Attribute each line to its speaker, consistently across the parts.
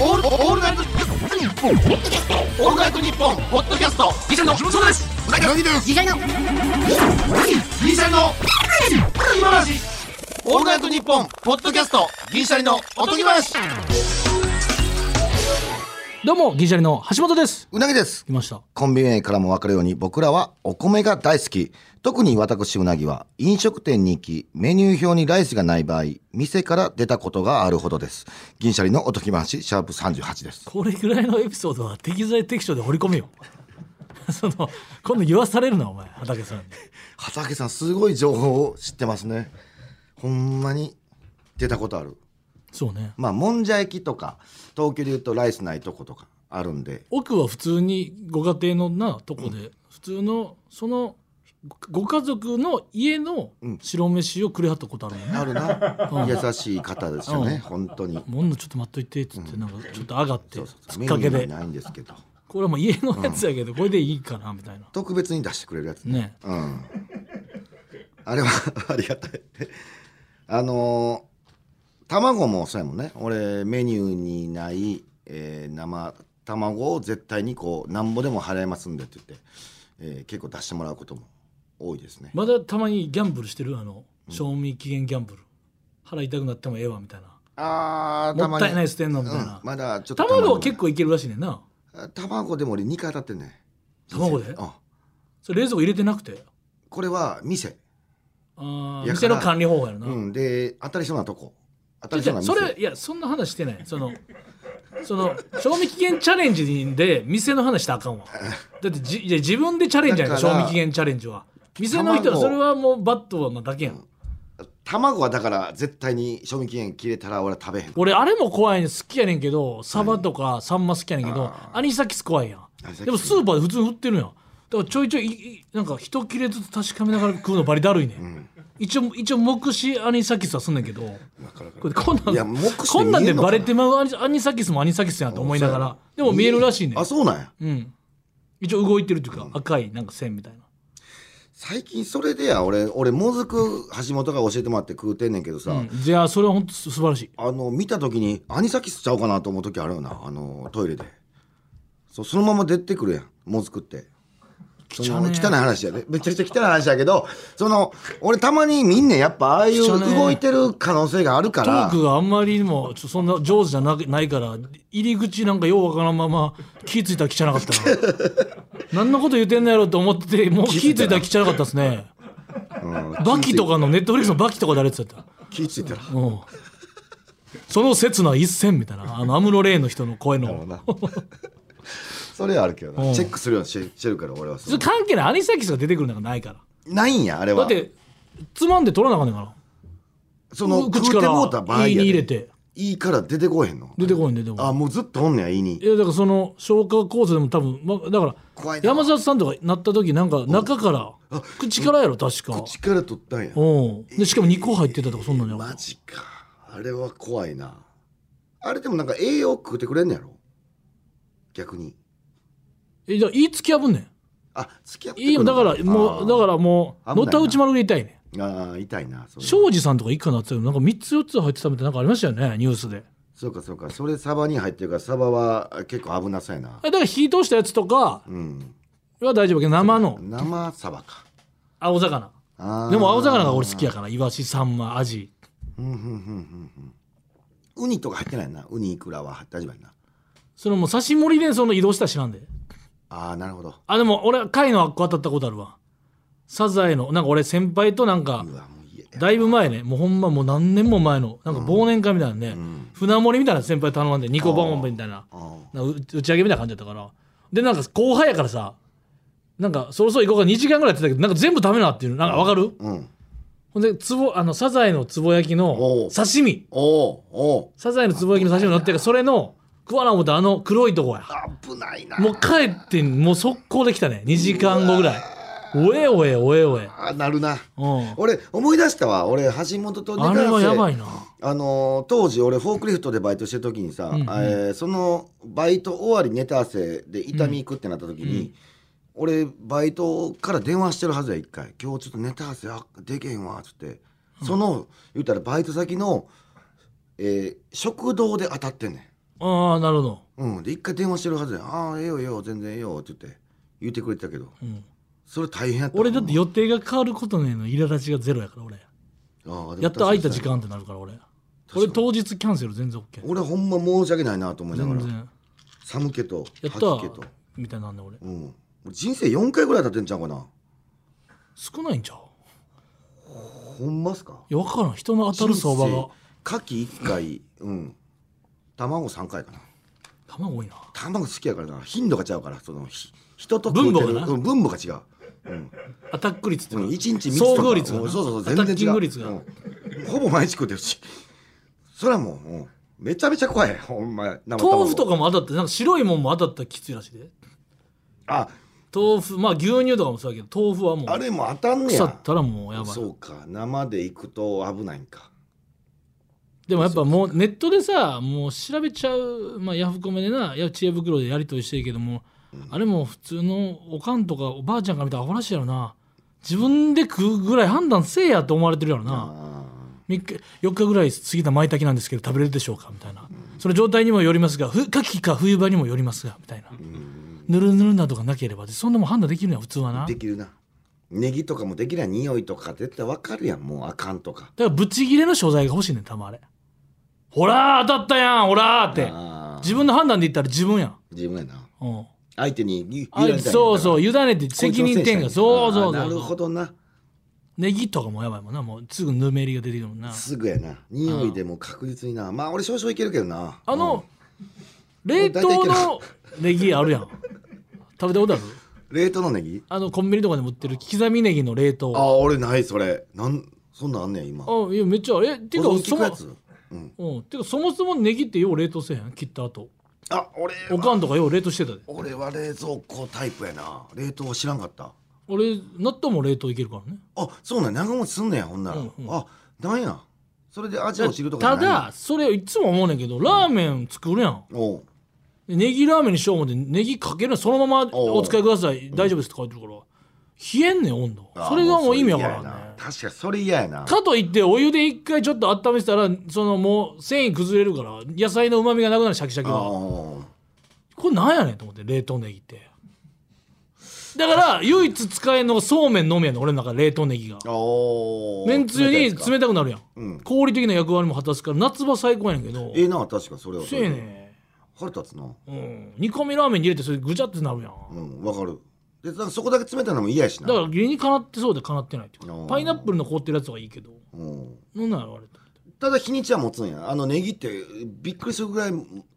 Speaker 1: オールオールナイトニッポンオールナイトニッポンポッドキャストギシャリの木本壮ですうなぎのですギシャリの今話オールナイトニッポンポッドキャストギシャリのおとぎ話
Speaker 2: どうもギリシャリの橋本です
Speaker 3: うなぎです
Speaker 2: 来ました
Speaker 3: コンビ名からも分かるように僕らはお米が大好き特に私うなぎは飲食店に行きメニュー表にライスがない場合店から出たことがあるほどです銀シャリのおとき話シャープ38です
Speaker 2: これぐらいのエピソードは適材適所で掘り込めよ その今度言わされるなお前畑さんに
Speaker 3: 畑さんすごい情報を知ってますねほんまに出たことある
Speaker 2: そうね
Speaker 3: まあもんじゃ焼きとか東京でいうとライスないとことかあるんで
Speaker 2: 奥は普通にご家庭のなとこで、普通のそのご家族の家の
Speaker 3: うん
Speaker 2: 白飯をくれはったことあるもんね、
Speaker 3: ある
Speaker 2: う
Speaker 3: なん優しい方ですよ
Speaker 2: うん
Speaker 3: ね本当に
Speaker 2: もんのちょっと待っといてっつってなんかちょっと上がって
Speaker 3: そう
Speaker 2: つ
Speaker 3: そうそう
Speaker 2: っかけ
Speaker 3: メニュー
Speaker 2: で
Speaker 3: にはないんですけど
Speaker 2: これはもう家のやつやけどこれでいいかなみたいな
Speaker 3: 特別に出してくれるやつ
Speaker 2: ね
Speaker 3: うんあれは ありがたいあのー卵もそうやもんね俺メニューにない、えー生卵を絶対にこうなんぼでも払いますんでって言って、えー結構出してもらうことも多いですね
Speaker 2: まだたまにギャンブルしてるあの賞味期限ギャンブル払いたくなってもええわみたいな
Speaker 3: あー
Speaker 2: もったいないい捨てんのみたいな、
Speaker 3: まだちょっと
Speaker 2: 卵は結構いけるらしいねんな
Speaker 3: あ卵でも俺2回当たってんね
Speaker 2: 卵で
Speaker 3: うん
Speaker 2: それ冷蔵庫入れてなくて
Speaker 3: これは店
Speaker 2: あ
Speaker 3: い
Speaker 2: ー
Speaker 3: や
Speaker 2: 店の管理方法やろな、
Speaker 3: うんで当たりそうなとこ当た
Speaker 2: じゃ
Speaker 3: り
Speaker 2: じ
Speaker 3: そう
Speaker 2: ゃ
Speaker 3: な
Speaker 2: あ
Speaker 3: 店
Speaker 2: それいやそんな話してないそのその賞味期限チャレンジで店の話したらあか んわだってじいや自分でチャレンジやん
Speaker 3: だから
Speaker 2: 賞味期限チャレンジは店の人は
Speaker 3: 卵
Speaker 2: それはもうバットはまあだけやん
Speaker 3: 卵はだから絶対に賞味期限切れたら俺は食べへん
Speaker 2: 俺あれも怖いね好きやねんけどサバとかサンマ好きやねんけど
Speaker 3: あー
Speaker 2: アニサキス怖いやん
Speaker 3: アニサキス
Speaker 2: でもスーパーで普通に売ってるやんだからちょいちょいいいなんか一切れずつ確かめながら食うのバリだるいね、ん一応一応目視アニサキスはすんねんけどこれこんなん
Speaker 3: いや目視って見えんのかな
Speaker 2: こんなんでバレてまうアニアニサキスもアニサキスやんと思いながらでも見えるらしいねん
Speaker 3: あそうなんや
Speaker 2: うん、一応動いてるっていうか、赤いなんか線みたいな
Speaker 3: 最近それでや俺俺もずく橋本が教えてもらって食うてんねんけどさ、
Speaker 2: うんじゃあそれは本当素晴らしい
Speaker 3: あの見た時にアニサキスちゃうかなと思う時あるよなあのトイレでそうそのまま出てくるやんもずくってその
Speaker 2: 汚ねえ
Speaker 3: 汚い話やでめちゃくちゃ汚い話やけどその俺たまに見んねんやっぱああいう
Speaker 2: 汚ねえ
Speaker 3: 動いてる可能性があるか
Speaker 2: トー
Speaker 3: ら
Speaker 2: クがあんまりにもちょそんな上手じゃなくないから入り口なんかようわからんまま気ぃついたら来ちゃなかったな 何のこと言ってんのやろと思っててもう気ぃついたら来ちゃなかったですねバキとかのネットフリックスのバキとか誰って言ってた
Speaker 3: 気ぃついたら
Speaker 2: うんその刹那一戦みたいなあのアムロ・レイの人の声の
Speaker 3: な それはあるけど
Speaker 2: うん
Speaker 3: なチェックするようにしてしてるから俺はそ
Speaker 2: それ
Speaker 3: の
Speaker 2: 関係ないアニサキスが出てくるなんかないから
Speaker 3: ないんやあれ
Speaker 2: だっ
Speaker 3: は
Speaker 2: てつまんで取らなあかんねんから
Speaker 3: その食
Speaker 2: 口
Speaker 3: う
Speaker 2: か
Speaker 3: てもうた場合
Speaker 2: ら胃に
Speaker 3: や
Speaker 2: 入
Speaker 3: で
Speaker 2: れて
Speaker 3: いいから出てこへんの
Speaker 2: 出てこいんででも
Speaker 3: あもうずっとおんねや胃に
Speaker 2: いやだからその消化酵素でも多分、ま、だか
Speaker 3: 怖
Speaker 2: ら
Speaker 3: いな
Speaker 2: 山里さんとかなった時なんか中から口からやろ確か
Speaker 3: 口から取ったんや
Speaker 2: うんでしかも2個入ってたとかそんなんやろ
Speaker 3: マジかあれは怖いなあれでもなんか栄養食ってくれんのやろ逆に
Speaker 2: えじゃあ言いつき破んねん
Speaker 3: あ付き合ってく
Speaker 2: いいよだからもうだからも
Speaker 3: 危な
Speaker 2: う
Speaker 3: いな
Speaker 2: のたうち丸で痛いねん
Speaker 3: らああ痛いなそれ
Speaker 2: 庄司さんとか一家になってたけどなんか3つ4つ入ってたみたいななんかありましたよねニュースで
Speaker 3: そうかそうかそれサバに入ってるからサバは結構危なそうやな
Speaker 2: えだから火通したやつとか
Speaker 3: うん
Speaker 2: は大丈夫やけど生の
Speaker 3: 生サバか
Speaker 2: 青魚
Speaker 3: あー
Speaker 2: でも青魚が俺好きやからイワシサンマアジ
Speaker 3: うんうんうんうんうんウニとか入ってないなウニイクラは大丈夫やな
Speaker 2: それもう刺し盛りでその移動したら知らんで
Speaker 3: ああなるほど
Speaker 2: あでも俺貝のあっこ当たったことあるわサザエのなんか俺先輩となんか
Speaker 3: うわもう家
Speaker 2: だいぶ前ねもうほんまもう何年も前のなんか忘年会みたいなんで、
Speaker 3: ん
Speaker 2: 船盛りみたいな先輩頼んでニコボンボンみたいな
Speaker 3: ああ
Speaker 2: なんか打打ち上げみたいな感じだったからでなんか後輩やからさなんかそろそろ行こうか2時間ぐらいやってたけどなんか全部ダメなっていうのなんかわかる、
Speaker 3: うん
Speaker 2: ほんでつぼあのサザエのつぼ焼き
Speaker 3: お
Speaker 2: の
Speaker 3: う
Speaker 2: 刺身
Speaker 3: おおお
Speaker 2: サザエのつぼ焼きの刺身になってるからそれの食わな思ったらあの黒いとこや
Speaker 3: 危ないな
Speaker 2: もう帰ってもう速攻できたね2時間後ぐらいおえおえおえおえ
Speaker 3: あなるな
Speaker 2: うん
Speaker 3: 俺思い出したわ俺橋本と
Speaker 2: あれはやばい
Speaker 3: な
Speaker 2: な
Speaker 3: あのー当時俺フォークリフトでバイトしてる時にさ、
Speaker 2: んうん
Speaker 3: えーそのバイト終わりネタ合わせで痛み行くってなった時に、俺バイトから電話してるはずや一回今日ちょっとネタ合わせあでけへんわっつってその、言うたらバイト先の、えー食堂で当たってんねん
Speaker 2: ああなるほど、
Speaker 3: うん、で一回電話してるはずやああええよええよ全然ええよって言って言ってくれてたけど
Speaker 2: うん、
Speaker 3: それ大変やった
Speaker 2: 俺だって予定が変わることねえの苛立ちがゼロやから俺
Speaker 3: ああでも
Speaker 2: やっと空いた時間ってなるから俺俺当日キャンセル全然 OK
Speaker 3: 俺ほんま申し訳ないなと思いなが
Speaker 2: 全
Speaker 3: ら
Speaker 2: 然
Speaker 3: 寒気と
Speaker 2: や
Speaker 3: 吐き
Speaker 2: った
Speaker 3: 気と
Speaker 2: ー、みたいなんで俺
Speaker 3: うん、俺人生4回ぐらい経ってんちゃうかな
Speaker 2: 少ないんちゃう
Speaker 3: ほんますか
Speaker 2: いや分からん人の当たる相場が
Speaker 3: 牡蠣1回うん卵3回かな
Speaker 2: 卵多いな
Speaker 3: 卵好きやからな頻度が違うからそのひ人と
Speaker 2: 分母がな
Speaker 3: うん分母が違ううん
Speaker 2: アタック率って
Speaker 3: うん、
Speaker 2: いう
Speaker 3: 一日三つとか
Speaker 2: 総合率が
Speaker 3: う
Speaker 2: なん
Speaker 3: そうそう
Speaker 2: ア
Speaker 3: そう
Speaker 2: タ
Speaker 3: 全
Speaker 2: ッキ
Speaker 3: 然
Speaker 2: ン
Speaker 3: 違
Speaker 2: グ
Speaker 3: う
Speaker 2: 率が
Speaker 3: うんほぼ毎日食ってるしそれはもう、うんめちゃめちゃ怖いほんま生
Speaker 2: か
Speaker 3: 卵
Speaker 2: 豆腐とかも当たってなんか白いもんも当たったらきついらしいで
Speaker 3: あ
Speaker 2: 豆腐まあ牛乳とかもそうやけど豆腐はも
Speaker 3: あ
Speaker 2: う
Speaker 3: れも当たんね
Speaker 2: 腐
Speaker 3: や
Speaker 2: ったらもうやばい
Speaker 3: そうか生で行くと危ないんか
Speaker 2: でもやっぱもうネットでさもう調べちゃう、まあ、ヤフコメでなや知恵袋でやり取りしてるけども、あれも普通のおかんとかおばあちゃんが見たらアホらしいやろな自分で食うぐらい判断せえやと思われてるやろ
Speaker 3: あ
Speaker 2: な、三日4日ぐらい過ぎた舞茸なんですけど食べれるでしょうかみたいな、その状態にもよりますがふ夏季か冬場にもよりますがみたいな、ぬるぬるなどがなければそんなもん判断できるんや普通はな
Speaker 3: ーできるなネギとかもできりゃ匂いとか絶対わかるやんもうあかんとか
Speaker 2: だからブチギレの所在が欲しいねんたまあれほらー当たったやんほらーって
Speaker 3: あー
Speaker 2: 自分の判断で言ったら自分やん、
Speaker 3: 自分やな
Speaker 2: うん、
Speaker 3: 相手にゆ委
Speaker 2: あ
Speaker 3: ねたんやから
Speaker 2: そうそう
Speaker 3: こい
Speaker 2: 委ねて
Speaker 3: つの
Speaker 2: 責任転
Speaker 3: せいに
Speaker 2: 嫁そうそうそう
Speaker 3: あーなるほどな
Speaker 2: ネギとかもやばいもんなもうすぐぬめりが出てくるもんな
Speaker 3: すぐやな匂いでも確実になまあ俺少々いけるけどな
Speaker 2: あの、
Speaker 3: ん
Speaker 2: 冷凍のネギあるやん食べたことある
Speaker 3: 冷凍のネギ
Speaker 2: あのコンビニとかでも売ってる刻みネギの冷凍
Speaker 3: あ俺ないそれなんそんなんあんねん今保
Speaker 2: あいやめっちゃえってい
Speaker 3: 存
Speaker 2: うか
Speaker 3: 効
Speaker 2: そ
Speaker 3: くや
Speaker 2: も
Speaker 3: つうん
Speaker 2: うんてかそもそもネギってよう冷凍せえへん切った後
Speaker 3: あ俺
Speaker 2: お
Speaker 3: は
Speaker 2: かんとかよう冷凍してたで
Speaker 3: 俺は冷蔵庫タイプやな冷凍は知らんかった
Speaker 2: 俺納豆も冷凍いけるからね
Speaker 3: あそうなんや長持ちすんねやほんなら
Speaker 2: うんうん
Speaker 3: あなんやそれで味を知るとかじゃ
Speaker 2: た
Speaker 3: ないん
Speaker 2: だそれいつも思うねんけどラーメン作るやん
Speaker 3: おう
Speaker 2: でネギラーメンにしよう思ってネギかけるのそのまま
Speaker 3: おう
Speaker 2: お使いください大丈夫ですって書いてるから冷えんねん温度
Speaker 3: あ
Speaker 2: それがも
Speaker 3: そう
Speaker 2: 意味わ
Speaker 3: れ
Speaker 2: か
Speaker 3: 嫌
Speaker 2: ら
Speaker 3: や
Speaker 2: んね
Speaker 3: な確かにそれ嫌やな
Speaker 2: かといってお湯で一回ちょっと温めてたらそのもう繊維崩れるから野菜のうまみがなくなるシャキシャキが
Speaker 3: あ
Speaker 2: これなんやねんと思って冷凍ネギってだから唯一使えんのがそうめんのみやねん俺の中で冷凍ネギが
Speaker 3: あお
Speaker 2: めんつゆに冷たくなるやん、
Speaker 3: うん
Speaker 2: 氷的な役割も果たすから夏場最高やねんけど
Speaker 3: ええな確かそれはそ
Speaker 2: せ
Speaker 3: れ
Speaker 2: え
Speaker 3: で
Speaker 2: ね
Speaker 3: 腹立つな
Speaker 2: えうん煮込みラーメンに入れてそれぐちゃってなるやん
Speaker 3: うんわかるでだからそこだけ冷たいのも嫌やしな
Speaker 2: だから理にかなってそうでかなってないっていう
Speaker 3: あー
Speaker 2: かパイナップルの凍ってるやつはいいけど
Speaker 3: うん
Speaker 2: なんなんやろあれ
Speaker 3: ただ日にちは持つんやあのネギってびっくりするぐらい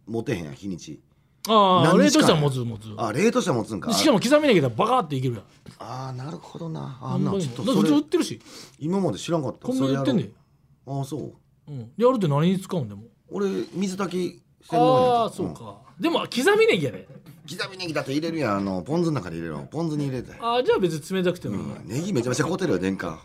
Speaker 3: 持てへんやん日にち
Speaker 2: ああ
Speaker 3: 何
Speaker 2: 冷
Speaker 3: 日
Speaker 2: 凍
Speaker 3: 間
Speaker 2: したら持つ持つ
Speaker 3: あ冷凍したら持つんか
Speaker 2: でしかも刻みネギだらバカっていけるやん
Speaker 3: ああなるほどなあ
Speaker 2: あ
Speaker 3: ん
Speaker 2: ん
Speaker 3: な
Speaker 2: ま
Speaker 3: ん
Speaker 2: り
Speaker 3: ち
Speaker 2: も
Speaker 3: ょっとそ
Speaker 2: だって普通売
Speaker 3: れ
Speaker 2: ってるし
Speaker 3: 今まで知らんかった
Speaker 2: コンビニ売ってん
Speaker 3: そ
Speaker 2: ねん
Speaker 3: れやろうああそう
Speaker 2: うんでやるって何に使うんでも
Speaker 3: 俺水炊き専門やん
Speaker 2: ああーそうか、でも刻みネギやで、
Speaker 3: ん刻みネギだって入れるやんあのポン酢の中に入れるのポン酢に入れて
Speaker 2: ああじゃあ別に冷たくてもいい、
Speaker 3: ネギめちゃめちゃ凍ってるよ年間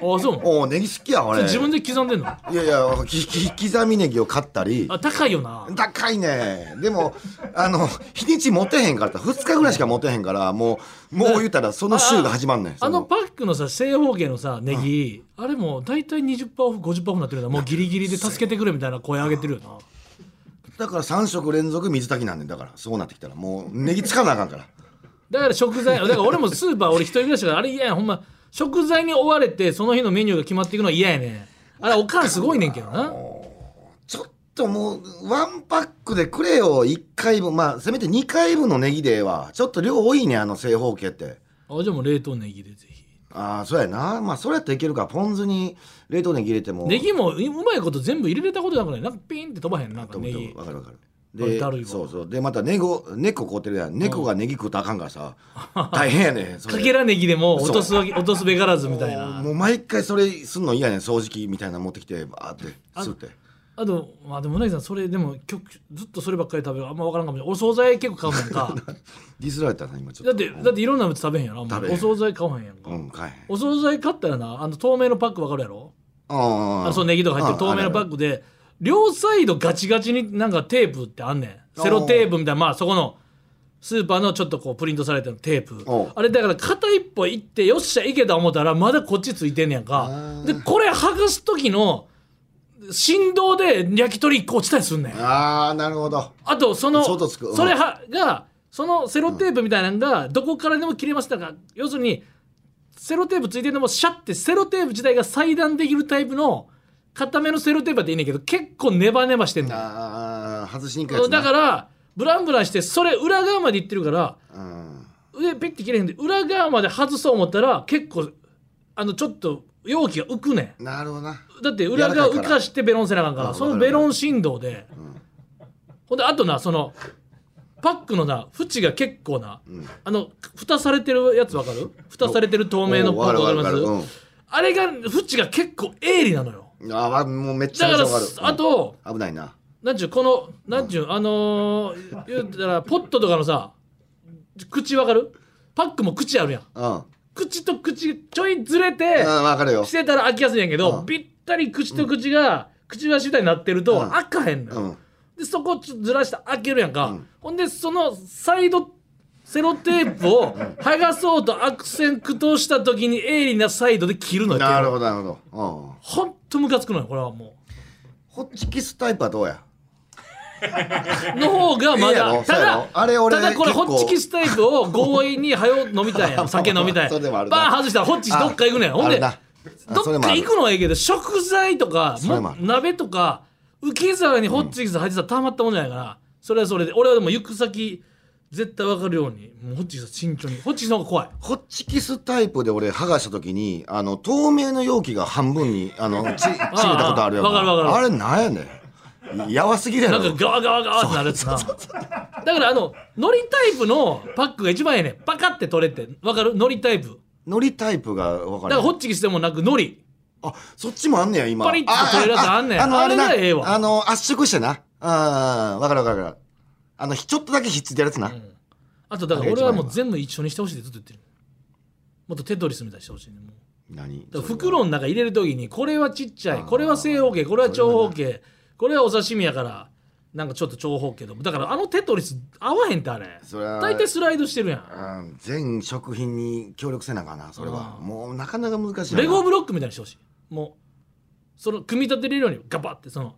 Speaker 2: ああそうなの
Speaker 3: おおネギ好きや俺
Speaker 2: 自分で刻んでんの
Speaker 3: いやいやきき刻みネギを買ったり
Speaker 2: あ高いよな
Speaker 3: 高いねでもあの日にち持てへんから2日ぐらいしか持てへんからもうもう言うたらその週が始まんねん
Speaker 2: あ
Speaker 3: そ
Speaker 2: のパックのさ正方形のさネギ、あれもう大体20%オフ50%オフになってるよなもうギリギリで助けてくれみたいな声上げてるよな
Speaker 3: だから3食連続水炊きなんねんだからそうなってきたらもうネギつかなあかんから
Speaker 2: だから食材だから 俺もスーパー俺一人暮らしだからあれ嫌やほんま食材に追われてその日のメニューが決まっていくのは嫌やねあれおかんすごいねんけどな
Speaker 3: ちょっともうワンパックでくれよ1回分まあせめて2回分のネギではちょっと量多いねあの正方形って
Speaker 2: あじゃあもう冷凍ネギでぜひ
Speaker 3: ああそうやなまあそれやったらいけるからポン酢に冷凍ネギ入れても
Speaker 2: ネギもうまいこと全部入れれたことなくないなんかピンって飛ばへんなんか
Speaker 3: と思
Speaker 2: ネ
Speaker 3: うと
Speaker 2: ギ
Speaker 3: わかるわかる
Speaker 2: あだるい
Speaker 3: で
Speaker 2: わ
Speaker 3: そうそうでまたネゴ猫凍ってるやん猫がネギ食うたらあかんから さ大変やねんそれ
Speaker 2: かけらネギでも落とすわけ落とすべからずみたいな
Speaker 3: もう毎回それすんの嫌やねん掃除機みたいなの持ってきてバーって
Speaker 2: あ
Speaker 3: すって
Speaker 2: あとまあでもうなぎさんそれでも曲ずっとそればっかり食べるあんま分からんかもしれないお惣菜結構買う もんか
Speaker 3: ディスられたな今ち
Speaker 2: だ
Speaker 3: ょっ
Speaker 2: っ
Speaker 3: と
Speaker 2: てだっていろんなやつ食べへんやろあんま
Speaker 3: 食べへん
Speaker 2: お惣菜買わへんやんか、
Speaker 3: うん買えへん
Speaker 2: お惣菜買ったらなあの透明のパック分かるやろ
Speaker 3: あ
Speaker 2: あのそうネギとか入ってる透明のパッ
Speaker 3: ク
Speaker 2: クで両サイドガチガチになんかテープってあんねんセロテープみたいなまあそこのスーパーのちょっとこうプリントされたテープ
Speaker 3: おう
Speaker 2: あれだから片一歩行ってよっしゃいけた思ったらまだこっちついてんねやんか
Speaker 3: ー
Speaker 2: でこれ剥がす時の振動で焼き鳥1個落ちたりすんねん
Speaker 3: ああなるほど
Speaker 2: あとその
Speaker 3: 外つくうん
Speaker 2: それはがそのセロテープみたいなのがどこからでも切れましたが、要するにセロテープついてるのもシャッてセロテープ自体が裁断できるタイプの固めのセロテープだっていいねんけど結構ネバネバしてんだ
Speaker 3: ああ外しにくいや
Speaker 2: よ
Speaker 3: つな
Speaker 2: だからブランブランしてそれ裏側までいってるから
Speaker 3: うん
Speaker 2: 上ペッて切れへんで裏側まで外そう思ったら結構あのちょっと容器が浮くねん
Speaker 3: なるほどな
Speaker 2: だって裏側浮かしてベロンせなあかんから
Speaker 3: うん
Speaker 2: そのベロン振動で、ほんであとなそのパックのな縁が結構な、あの蓋されてるやつわかる蓋されてる透明の
Speaker 3: お
Speaker 2: パックわか
Speaker 3: わ
Speaker 2: りま
Speaker 3: か
Speaker 2: す、
Speaker 3: るわか
Speaker 2: あれが縁が結構鋭利なのよ
Speaker 3: るうんあーわもうめっちゃ
Speaker 2: だ
Speaker 3: め
Speaker 2: か
Speaker 3: ちゃ
Speaker 2: ら
Speaker 3: わかる
Speaker 2: あと、
Speaker 3: うん危ないな
Speaker 2: なんちゅうこのなんちゅう、あのー言うたらポットとかのさ口わかるパックも口あるやん
Speaker 3: うんあ
Speaker 2: 口と口がちょいずれて、
Speaker 3: ーわかるよ
Speaker 2: してたら開きやすいんやけど、
Speaker 3: うん
Speaker 2: ぴったり口と口が、口くちばしみたいになってると、
Speaker 3: うん
Speaker 2: 開かへんのよ、
Speaker 3: うん
Speaker 2: でそこちょっとずらして開けるやんか、
Speaker 3: うん
Speaker 2: ほんでそのサイドセロテープを剥がそうと悪戦苦闘した時に鋭利なサイドで切るのよ
Speaker 3: なるほどなるほどうん
Speaker 2: ほんとムカつくのよこれはも
Speaker 3: ホッチキスタイプはどうや
Speaker 2: うの方がま
Speaker 3: いいや
Speaker 2: だ
Speaker 3: ろ
Speaker 2: た
Speaker 3: そうや
Speaker 2: だ
Speaker 3: ろあれ俺
Speaker 2: ただこれ
Speaker 3: 結
Speaker 2: ホ
Speaker 3: 構
Speaker 2: ッチキスタイプを強引に早う飲みたいやん酒飲みた い
Speaker 3: それでもあるな
Speaker 2: バーン外したらホッチキスどっか行くねん
Speaker 3: あ
Speaker 2: ほん
Speaker 3: あ
Speaker 2: で
Speaker 3: るなあ
Speaker 2: ど
Speaker 3: それ
Speaker 2: っ
Speaker 3: も
Speaker 2: か
Speaker 3: ある
Speaker 2: 行くのはいいけど食材とか
Speaker 3: それもある
Speaker 2: も鍋とか受け皿にホッチキス入ってたらたまったもんじゃないから、それはそれで俺はでも行く先絶対分かるようにもうホッチキスは慎重にホッチキスの方が怖い
Speaker 3: ホッチキスタイプで俺剥がした時にあの透明の容器が半分にあ のちちぎれたことあるやん
Speaker 2: わかるわかる
Speaker 3: あれなんやねんやばすぎるや
Speaker 2: な
Speaker 3: ろ
Speaker 2: んかガワガワガワってなるやつなだからあの海苔タイプのパックが一番ええねんパカって取れて分かる海苔タイプ
Speaker 3: 海苔タイプが分か
Speaker 2: だ
Speaker 3: る
Speaker 2: からホッチキスでもなく海苔
Speaker 3: あそっちもあんねや今
Speaker 2: パリッと取れるやつあんねん
Speaker 3: あのあれな
Speaker 2: あれがええわ
Speaker 3: あの圧縮してなあ分かる分かる分かるあのひちょっとだけひっついてるやつな、
Speaker 2: あとだから俺はもう全部一緒にしてほしいってずっと言ってるもっとテトリスみたいにしてほしいねもう
Speaker 3: 何
Speaker 2: だから袋の中入れる時にこれはちっちゃいこれは正方形これは長方形これはお刺身やからなんかちょっと長方形でもだからあのテトリス合わへんってあれ
Speaker 3: それは
Speaker 2: 大体スライドしてるや
Speaker 3: う
Speaker 2: ん
Speaker 3: ん全食品に協力せなあかんなそれはもうなかなか難しいよな
Speaker 2: レゴブロックみたいにしてほしいもうその組み立てれるようにガバってその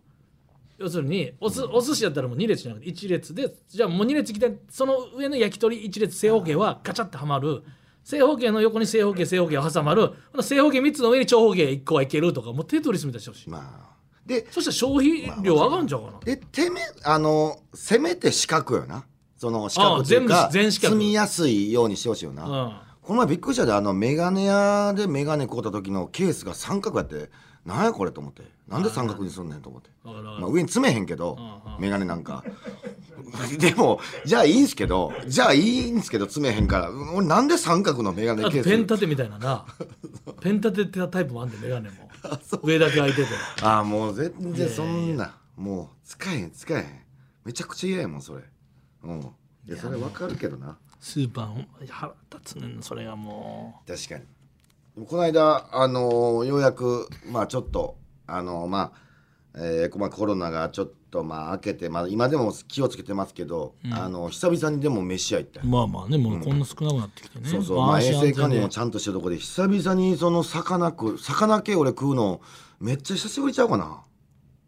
Speaker 2: 要するにおすお寿司やったらもう2列じゃなくて1列でじゃあもう2列来てその上の焼き鳥1列正方形はガチャってはまる正方形の横に正方形正方形が挟まるほな正方形3つの上に長方形1個はいけるとかもうテトリスみたいにしてほしい
Speaker 3: まあで
Speaker 2: そしたら消費量上がるんちゃうかな、
Speaker 3: でてめあのせめて四角よなその四角っていう
Speaker 2: あ
Speaker 3: か
Speaker 2: 全部全四角
Speaker 3: 積みやすいようにしてほしいよな、この前びっくりしたであのメガネ屋でメガネ買うた時のケースが三角やってなんやこれと思ってなんで三角にすんねんと思って、
Speaker 2: うん。わかるわか
Speaker 3: まあ、
Speaker 2: る。
Speaker 3: 上に詰めへんけど、
Speaker 2: うんうん
Speaker 3: メガネなんか でもじゃあいいんすけどじゃあいいんすけど詰めへんからうん俺なんで三角のメガネ
Speaker 2: あ
Speaker 3: ケ
Speaker 2: とペン
Speaker 3: ース
Speaker 2: 立てみたい なな。ペン立てってタイプもあんで、メガネも。上だけ開いてて。
Speaker 3: ああもう全然そんなもう使えへん使えへんめちゃくちゃ嫌やもんそれうんいやそれわかるけどな
Speaker 2: スーパーも腹立つねん、それがも
Speaker 3: 確かにでもこの間あのーようやくまあちょっとあのーまあ、えーこまあ、コロナがちょっとまあ明けて、まあ、今でも気をつけてますけど、あの久々にでも飯屋行ったよ
Speaker 2: う。まあまあね、もうこんな少なくなってきてね。
Speaker 3: そうそう、
Speaker 2: まあ
Speaker 3: まあ、
Speaker 2: 安
Speaker 3: 衛
Speaker 2: 心
Speaker 3: 生
Speaker 2: 安
Speaker 3: 管理
Speaker 2: 全
Speaker 3: も
Speaker 2: で
Speaker 3: ちゃんとしてるとこで久々にその魚食う魚系俺食うのめっちゃ久しぶりちゃうかな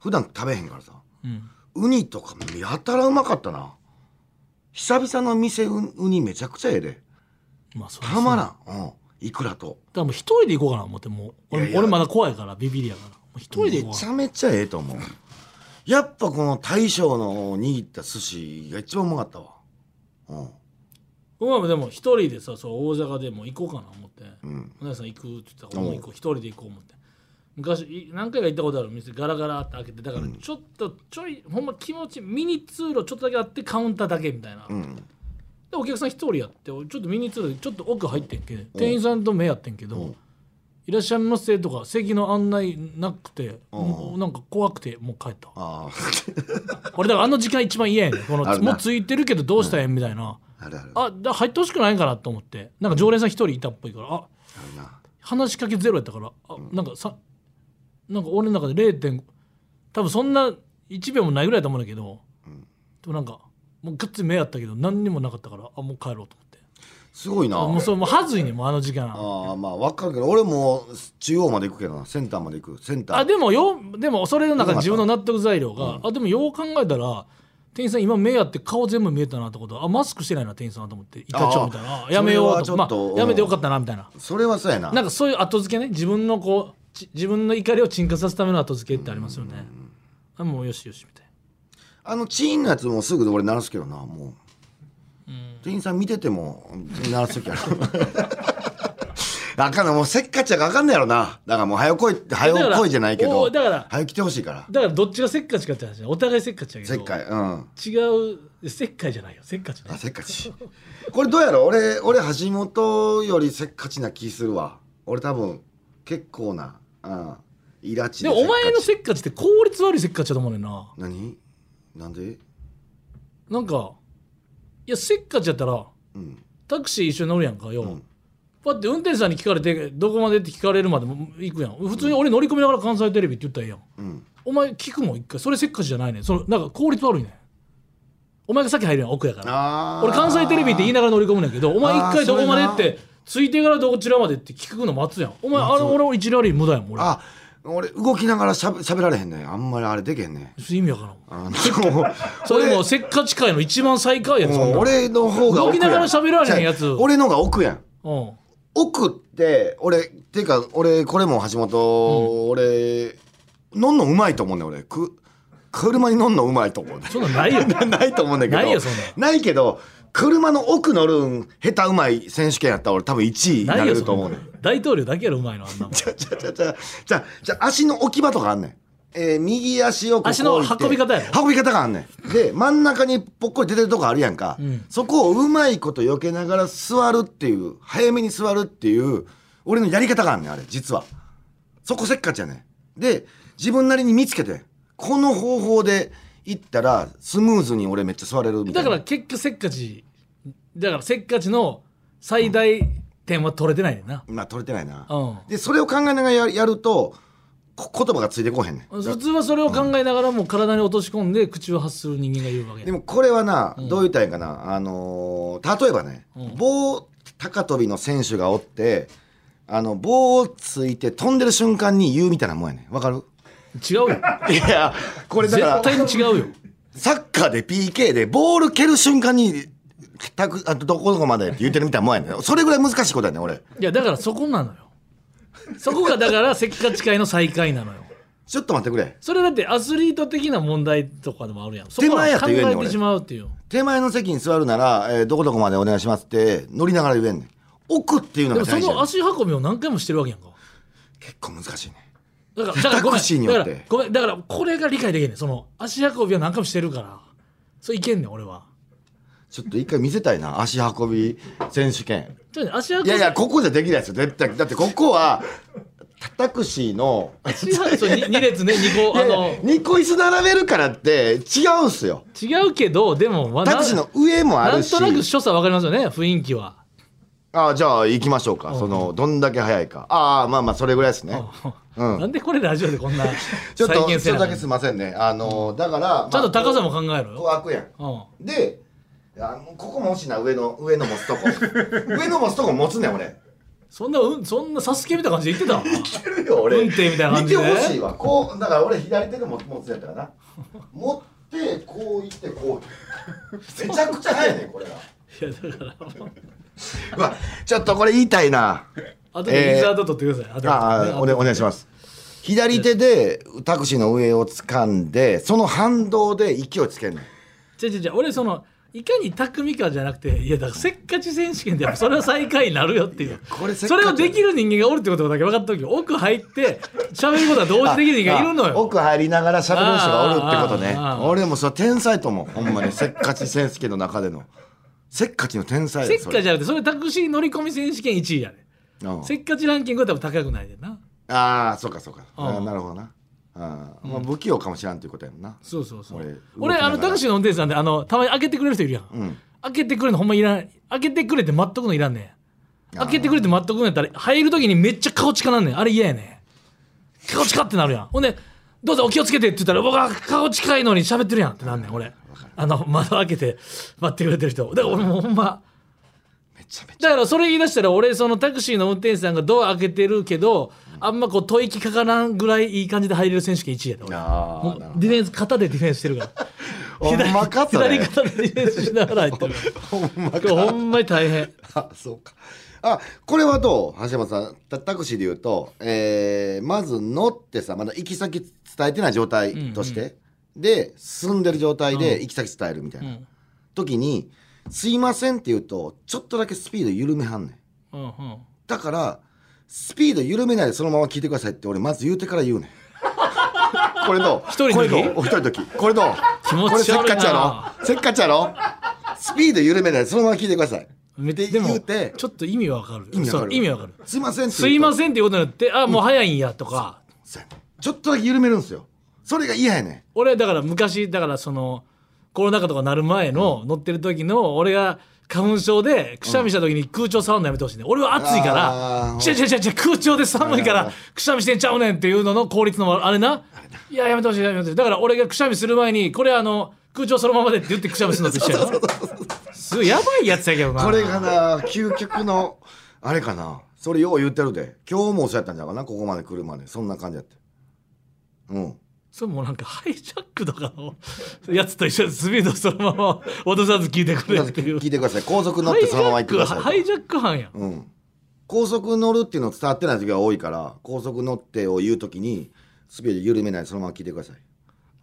Speaker 3: 普段食べへんからさ
Speaker 2: うん。
Speaker 3: ウニとかやたらうまかったな久々の店ウウニめちゃくちゃええで
Speaker 2: まあそうです
Speaker 3: た
Speaker 2: ね
Speaker 3: ま
Speaker 2: だから
Speaker 3: ん、うん、いくらと
Speaker 2: らもう一人で行こうかな思って、もう。俺
Speaker 3: いやいや
Speaker 2: 俺まだ怖いから、ビビりやから。もう一人で
Speaker 3: め
Speaker 2: 行こう
Speaker 3: ち
Speaker 2: か
Speaker 3: ゃめちゃええと思うやっぱこの大将の握った寿司が一番うまかったわうん
Speaker 2: な。うん、でも一人でさ、そう大阪でも行こうかな思って。
Speaker 3: うん
Speaker 2: お姉さん行くって言ったから俺も行こう一人で行こう思って昔い何回か行ったことある店ガラガラって開けてだからちょっとちょい、ほんま気持ちミニ通路ちょっとだけあってカウンターだけみたいな、
Speaker 3: うん
Speaker 2: でお客さん一人やって俺ちょっとミニ通路でちょっと奥入ってんけ店員さんと目やってんけど、
Speaker 3: うん
Speaker 2: いらっしゃいませとか席の案内なくて、
Speaker 3: うん
Speaker 2: もうなんか怖くてもう帰った
Speaker 3: あ
Speaker 2: 俺だからあの時間一番嫌やねんこの
Speaker 3: あるな
Speaker 2: もうついてるけどどうしたらええんみたいな、
Speaker 3: ああるあるあ
Speaker 2: あだ入ってほしくないんかなと思ってなんか常連さん一人いたっぽいからあ
Speaker 3: るな
Speaker 2: 話しかけゼロやったからあ、なんかさなんか俺の中で0.5多分そんな1秒もないぐらいだと思うんだけど、でもなんかもうガッツリ目やったけど何にもなかったからあもう帰ろうと思って
Speaker 3: すごいな
Speaker 2: もうそれもうはずいねんもうあの時間
Speaker 3: ああまあ分かるけど俺も中央まで行くけどなセンターまで行くセンター
Speaker 2: あでもよでもそれの中で自分の納得材料が、あでもよう考えたら店員さん今目やって顔全部見えたなってことあマスクしてないな店員さんと思ってイタチョウみたいなあやめよう
Speaker 3: それは
Speaker 2: とま
Speaker 3: ちょっとうん
Speaker 2: あ、やめてよかったなみたいな、
Speaker 3: それはそうやな
Speaker 2: なんかそういう後付けね自分のこうち自分の怒りを沈下させるための後付けってありますよね、あもうよしよしみたいな
Speaker 3: あのチーンのやつもすぐ俺鳴らすけどなもう、店員さん見てても鳴らす時ある あかんなもうせっかちやからあかんねやろなだからもう早来いって
Speaker 2: だから
Speaker 3: 早来いじゃないけ
Speaker 2: お
Speaker 3: ど
Speaker 2: だから
Speaker 3: 早来てほしいから
Speaker 2: だからどっちがせっかちかって話ねお互いせっかちやけど
Speaker 3: せっかいうん
Speaker 2: 違うせっかいじゃないよせっかち
Speaker 3: あ
Speaker 2: ね
Speaker 3: せっかちこれどうやろ俺俺橋本よりせっかちな気するわ俺多分結構なうんイラチ
Speaker 2: でもお前の
Speaker 3: せっか
Speaker 2: せっかちって効率悪いせっかちだと思うねんな
Speaker 3: ち何なんで
Speaker 2: なんかいやせっかちやったら
Speaker 3: うん
Speaker 2: タクシー一緒に乗るやんかよ、
Speaker 3: うん
Speaker 2: パッて運転手さんに聞かれてどこまでって聞かれるまでも行くやん普通に俺乗り込みながら関西テレビって言ったらええやん
Speaker 3: うん
Speaker 2: お前聞くもん一回それせっかちじゃないねんそのなんか効率悪いねんお前が先入るやん奥やから
Speaker 3: あー
Speaker 2: 俺関西テレビって言いながら乗り込むねんだけどお前
Speaker 3: あ
Speaker 2: 一
Speaker 3: ー
Speaker 2: 回どこまでっ
Speaker 3: それ
Speaker 2: てついてからどちらまでって聞くの待つやんお前あれ俺一割無駄やもん俺
Speaker 3: あ俺動きながらしゃべ喋られへんねんあんまりあれでけへんねん
Speaker 2: 意味わからん
Speaker 3: あの
Speaker 2: それもうせっかち界の一番最下位やんそん
Speaker 3: もう
Speaker 2: な
Speaker 3: 俺の方が奥やん
Speaker 2: 動きながら喋られへんやつ
Speaker 3: 違う俺のが奥やん
Speaker 2: うん
Speaker 3: 奥って俺っていうか俺これも橋本、俺乗んのうまいと思うねん俺く車に乗んのうまいと思うねん
Speaker 2: そんなんないよ
Speaker 3: ないと思うんだけど
Speaker 2: ないよそん
Speaker 3: ないけど車の奥乗るん下手うまい選手権やったら俺多分1位に
Speaker 2: な
Speaker 3: ないれ
Speaker 2: よ
Speaker 3: ると
Speaker 2: そん
Speaker 3: 思
Speaker 2: な
Speaker 3: うねん
Speaker 2: ん大統領だけやろうまいのあん なもん
Speaker 3: じゃじゃじゃじゃじゃじゃ足の置き場とかあんねん。えー右足をこう
Speaker 2: 足の
Speaker 3: こう置いて
Speaker 2: 運び方やろ
Speaker 3: 運び方があんねんで真ん中にぽっこり出てるとこあるやんか、
Speaker 2: ん
Speaker 3: そこをうまいこと避けながら座るっていう早めに座るっていう俺のやり方があんねんあれ実はそこせっかちやねんで自分なりに見つけてこの方法で行ったらスムーズに俺めっちゃ座れるみた
Speaker 2: だ
Speaker 3: い
Speaker 2: か
Speaker 3: な
Speaker 2: ら結局せっかちだからせっかちの最大点は取れてないねんな、
Speaker 3: まあ取れてないな、
Speaker 2: うん
Speaker 3: でそれを考えながらややるとこ言葉がついてこへんねん
Speaker 2: 普通はそれを考えながらもう体に落とし込んで口を発する人間がいるわけや
Speaker 3: でもこれはな、どう言ったらいいんかな、あのー例えばね、
Speaker 2: うん
Speaker 3: 棒高跳びの選手がおってあの棒をついて飛んでる瞬間に言うみたいなもんやねんわかる
Speaker 2: 違うよ
Speaker 3: いやこれだから
Speaker 2: 絶対に違うよ
Speaker 3: サッカーで PK でボール蹴る瞬間にたくあどこどこまでって言ってるみたいなもんやねんそれぐらい難しいことやねん俺
Speaker 2: いやだからそこなのよそこがだからせっかち界の最下位なのよ
Speaker 3: ちょっと待ってくれ
Speaker 2: それだってアスリート的な問題とかでもあるやんそこ
Speaker 3: 手前や
Speaker 2: は
Speaker 3: と
Speaker 2: 考
Speaker 3: 言えんねん
Speaker 2: え
Speaker 3: 俺
Speaker 2: てしまうっていう
Speaker 3: 手前の席に座るなら、えーどこどこまでお願いしますって乗りながら言えんねん奥っていうの
Speaker 2: で
Speaker 3: が
Speaker 2: もそ
Speaker 3: 大事や
Speaker 2: の
Speaker 3: ねん
Speaker 2: 足運びを何回もしてるわけやんか
Speaker 3: 結構難しいねん
Speaker 2: だからだからごめ
Speaker 3: タクシーに
Speaker 2: ん
Speaker 3: よ
Speaker 2: だ
Speaker 3: っ
Speaker 2: か
Speaker 3: て
Speaker 2: らごめんだからこれが理解できんねんその足運びを何回もしてるからそれいけんねん俺は
Speaker 3: ちょっと一回見せたいな足運び選手権
Speaker 2: ちょっとね足運
Speaker 3: い
Speaker 2: び
Speaker 3: やいや、ここじゃできないですよ、絶対。だってここは、タクシーの、
Speaker 2: 足運びそうに二列ね二個あの
Speaker 3: 2個椅子並べるからって違うんすよ。
Speaker 2: 違うけどでもまあな
Speaker 3: タクシーの上もあ
Speaker 2: な
Speaker 3: る
Speaker 2: ん
Speaker 3: し。
Speaker 2: となく所作わかりますよね雰囲気は
Speaker 3: あじゃあ行きましょうか。その、どんだけ早いか。ああ、まあまあ、それぐらいですね。うん
Speaker 2: なんでこれラジオでこんな
Speaker 3: ちょっと、
Speaker 2: 再
Speaker 3: ち
Speaker 2: 現せ
Speaker 3: ょっと
Speaker 2: な
Speaker 3: だ
Speaker 2: い
Speaker 3: け
Speaker 2: ち
Speaker 3: すいませんね。あの、だから、
Speaker 2: ゃんと高さ
Speaker 3: も。
Speaker 2: も考えろよ、
Speaker 3: こう開くやん。
Speaker 2: う
Speaker 3: で、あのここも欲しいな、上の、上の持つとこ。 上の持つとこ持つねん、俺。
Speaker 2: ん、そんなうんそんなサスケみたいな感じで言ってたわ
Speaker 3: 見てるよ俺
Speaker 2: 運転みたいな感じで
Speaker 3: 見てほしいわこうだから俺左手でも持つやった かな持ってこういってこうめちゃくちゃ速いねこれが
Speaker 2: いや だから
Speaker 3: うわちょっとこれ言いたいな
Speaker 2: あとでインサート取ってください、後で
Speaker 3: ああお,、ね、お願いします左手でタクシーの上を掴んでその反動で勢いつけんの
Speaker 2: 違う違う違う俺そのいかに巧みかじゃなくていやだからせっかち選手権でやっぱそれは最下位になるよっていう
Speaker 3: これせっか
Speaker 2: そ
Speaker 3: ち
Speaker 2: れをできる人間がおるってことだけ分かった時奥入って喋ることは同時できる人間がいるの
Speaker 3: あ
Speaker 2: よ
Speaker 3: 奥入りながら喋る人がおるってことね
Speaker 2: ああああああ
Speaker 3: 俺もそれ天才と思うほんまにせっかち選手権の中でのせっかちの天才
Speaker 2: せ
Speaker 3: で
Speaker 2: っ
Speaker 3: す
Speaker 2: かちじゃなくてそれタクシー乗り込み選手権1位やね
Speaker 3: それうん
Speaker 2: せっかちランキングは多分高くないでな
Speaker 3: ああそうかそうかあー
Speaker 2: うん
Speaker 3: なるほどなあー、まあ、不器用かもしらんということやもんな
Speaker 2: そうそうそう
Speaker 3: 俺
Speaker 2: 俺あのタクシーの運転手さんであのたまに開けてくれる人いるやん、
Speaker 3: ん
Speaker 2: 開けてくれるのほんまいらん開けてくれて待っとくのいらんねん開けてくれて待っとくのやったら入る時にめっちゃ顔近なんねんあれ嫌やねん顔近ってなるやんほんで「どうぞお気をつけて」って言ったら僕は顔近いのに喋ってるやんってなんねん俺あの窓開けて待ってくれてる人だから俺もうほんま
Speaker 3: ちゃめちゃ
Speaker 2: だからそれ言い出したら俺そのタクシーの運転手さんがドア開けてるけどあんまこう吐息かからんぐらいいい感じで入れる選手権1位やで俺
Speaker 3: あー
Speaker 2: もう
Speaker 3: なるほど
Speaker 2: ディフェンス肩でディフェンスしてるから
Speaker 3: ほんまかそ
Speaker 2: 左
Speaker 3: れ
Speaker 2: 肩でディフェンスしながら入ってる
Speaker 3: ほんま
Speaker 2: これほ
Speaker 3: か
Speaker 2: んまに大変
Speaker 3: あそうかあこれはどう橋本さんタタクシーで言うと、えーまず乗ってさまだ行き先伝えてない状態として、で進んでる状態で行き先伝えるみたいな、
Speaker 2: うん
Speaker 3: 時に「すいません」って言うとちょっとだけスピード緩めはんねん
Speaker 2: うんうん
Speaker 3: だからスピード緩めないでそのまま聞いてくださいって俺まず言うてから 言うねんこれどう
Speaker 2: 一人の時
Speaker 3: これどうお一人の時これどう
Speaker 2: 気持
Speaker 3: これ
Speaker 2: ち
Speaker 3: せっ
Speaker 2: 悪い
Speaker 3: かちや
Speaker 2: な
Speaker 3: ろせっかちやろスピード緩めないでそのまま聞いてください
Speaker 2: め
Speaker 3: って
Speaker 2: でも
Speaker 3: 言うて
Speaker 2: ちょっと意味わかる
Speaker 3: 意味わか
Speaker 2: そう
Speaker 3: る
Speaker 2: 意味わかる
Speaker 3: すいませんって
Speaker 2: すいま
Speaker 3: ん
Speaker 2: せんっていうことになってあもう早いんやとか、
Speaker 3: ちょっとだけ緩めるんですよそれが嫌やねん
Speaker 2: 俺だから昔だからそのコロナ禍とかなる前の乗ってる時の俺が花粉症でくしゃみした時に空調触るのやめてほしいね、俺は暑いか
Speaker 3: あ
Speaker 2: ら
Speaker 3: ー
Speaker 2: ちゃちゃちゃちゃ空調で寒いか
Speaker 3: あ
Speaker 2: らくしゃみしてんちゃうねんっていうのの効率のあれないややめてほしいやめてほしいだから俺がくしゃみする前にこれあの空調そのままでって言ってくしゃみするのと一 緒やろすごいやばいやつやけどな
Speaker 3: これがな究極のあれかなそれよう言ってるで今日もそうやったんじゃうかなここまで来るまでそんな感じやってうん
Speaker 2: それもうなんかハイジャックとかのやつと一緒でスピードそのまま落とさず 聞いてくれっていう
Speaker 3: 聞いてください高速乗ってそのまま行ってくださいと
Speaker 2: ハイジャックハイジャック犯やん
Speaker 3: うん、高速乗るっていうの伝わってない時が多いから高速乗ってを言う時にスピード緩めないでそのまま聞いてください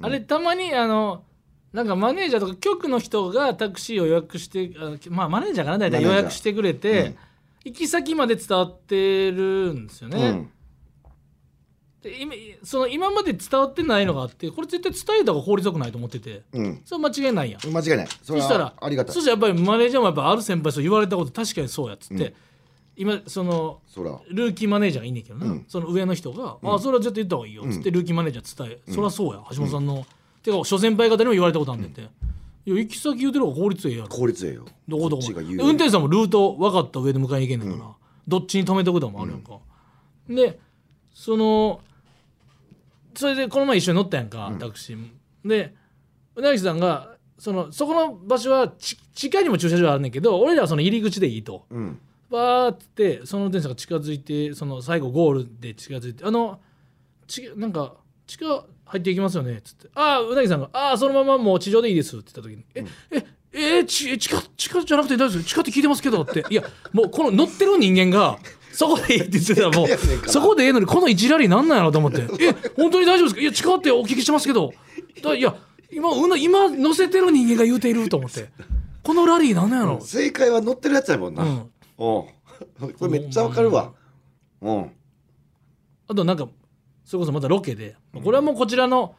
Speaker 2: あれたまにあのなんかマネージャーとか局の人がタクシーを予約してあまあマネージャーかな大体
Speaker 3: マネージャ
Speaker 2: 予
Speaker 3: ー
Speaker 2: 約してくれて、
Speaker 3: うん
Speaker 2: 行き先まで伝わってるんですよね、で今その今まで伝わってないのがあってこれ絶対伝えた方が効率よくないと思ってて
Speaker 3: うんうん
Speaker 2: それ間違いないやん
Speaker 3: 間違いないそ
Speaker 2: そ
Speaker 3: れ
Speaker 2: した
Speaker 3: は
Speaker 2: ら
Speaker 3: ありがたい
Speaker 2: そしたらやっぱりマネージャーもやっぱある先輩そう言われたこと確かにそうやっつって、
Speaker 3: うん
Speaker 2: 今その
Speaker 3: そら
Speaker 2: ルーキーマネージャーがいんねんけどな、
Speaker 3: うん
Speaker 2: その上の人が「あそれは絶対言った方がいいよ」っつってルーキーマネージャー伝え「そりゃそうや橋本さんの」てか初先輩方にも言われたことあんねんて、いや行き先言うてる方が効率ええやろ
Speaker 3: 効率ええよ
Speaker 2: どこど
Speaker 3: っ
Speaker 2: こ
Speaker 3: ちが
Speaker 2: まで
Speaker 3: 言う
Speaker 2: 運転手さんもルート分かった上で迎えに行けんねんから、どっちに止めておくとかもあるやんか、でそのそれでこの前一緒に乗ったやんか、タクシーもでうなぎさんがそのそこの場所はち地下にも駐車場あるねんけど俺らはその入り口でいいと。
Speaker 3: うん
Speaker 2: バーってその電車が近づいてその最後ゴールで近づいて「あのちなんか地下入っていきますよね」っつって「ああうなぎさんがああそのままもう地上でいいです」って言った時に「え、ええーち地下地下じゃなくて大丈夫です地下って聞いてますけど」って「いやもうこの乗ってる人間がそこでいい」って言ってたらもうそこでええのにこの一ラリーなんなんやろと思って「え本当に大丈夫ですかいや地下ってお聞きしてますけどだいや今うな今乗せてる人間が言うている」と思って「このラリーなんなんやろ?」
Speaker 3: 正解は乗ってるやつやもんな、
Speaker 2: うん
Speaker 3: おう これめっちゃわかるわうん
Speaker 2: あとなんかそれこそまたロケで、まあこれはもうこちらの、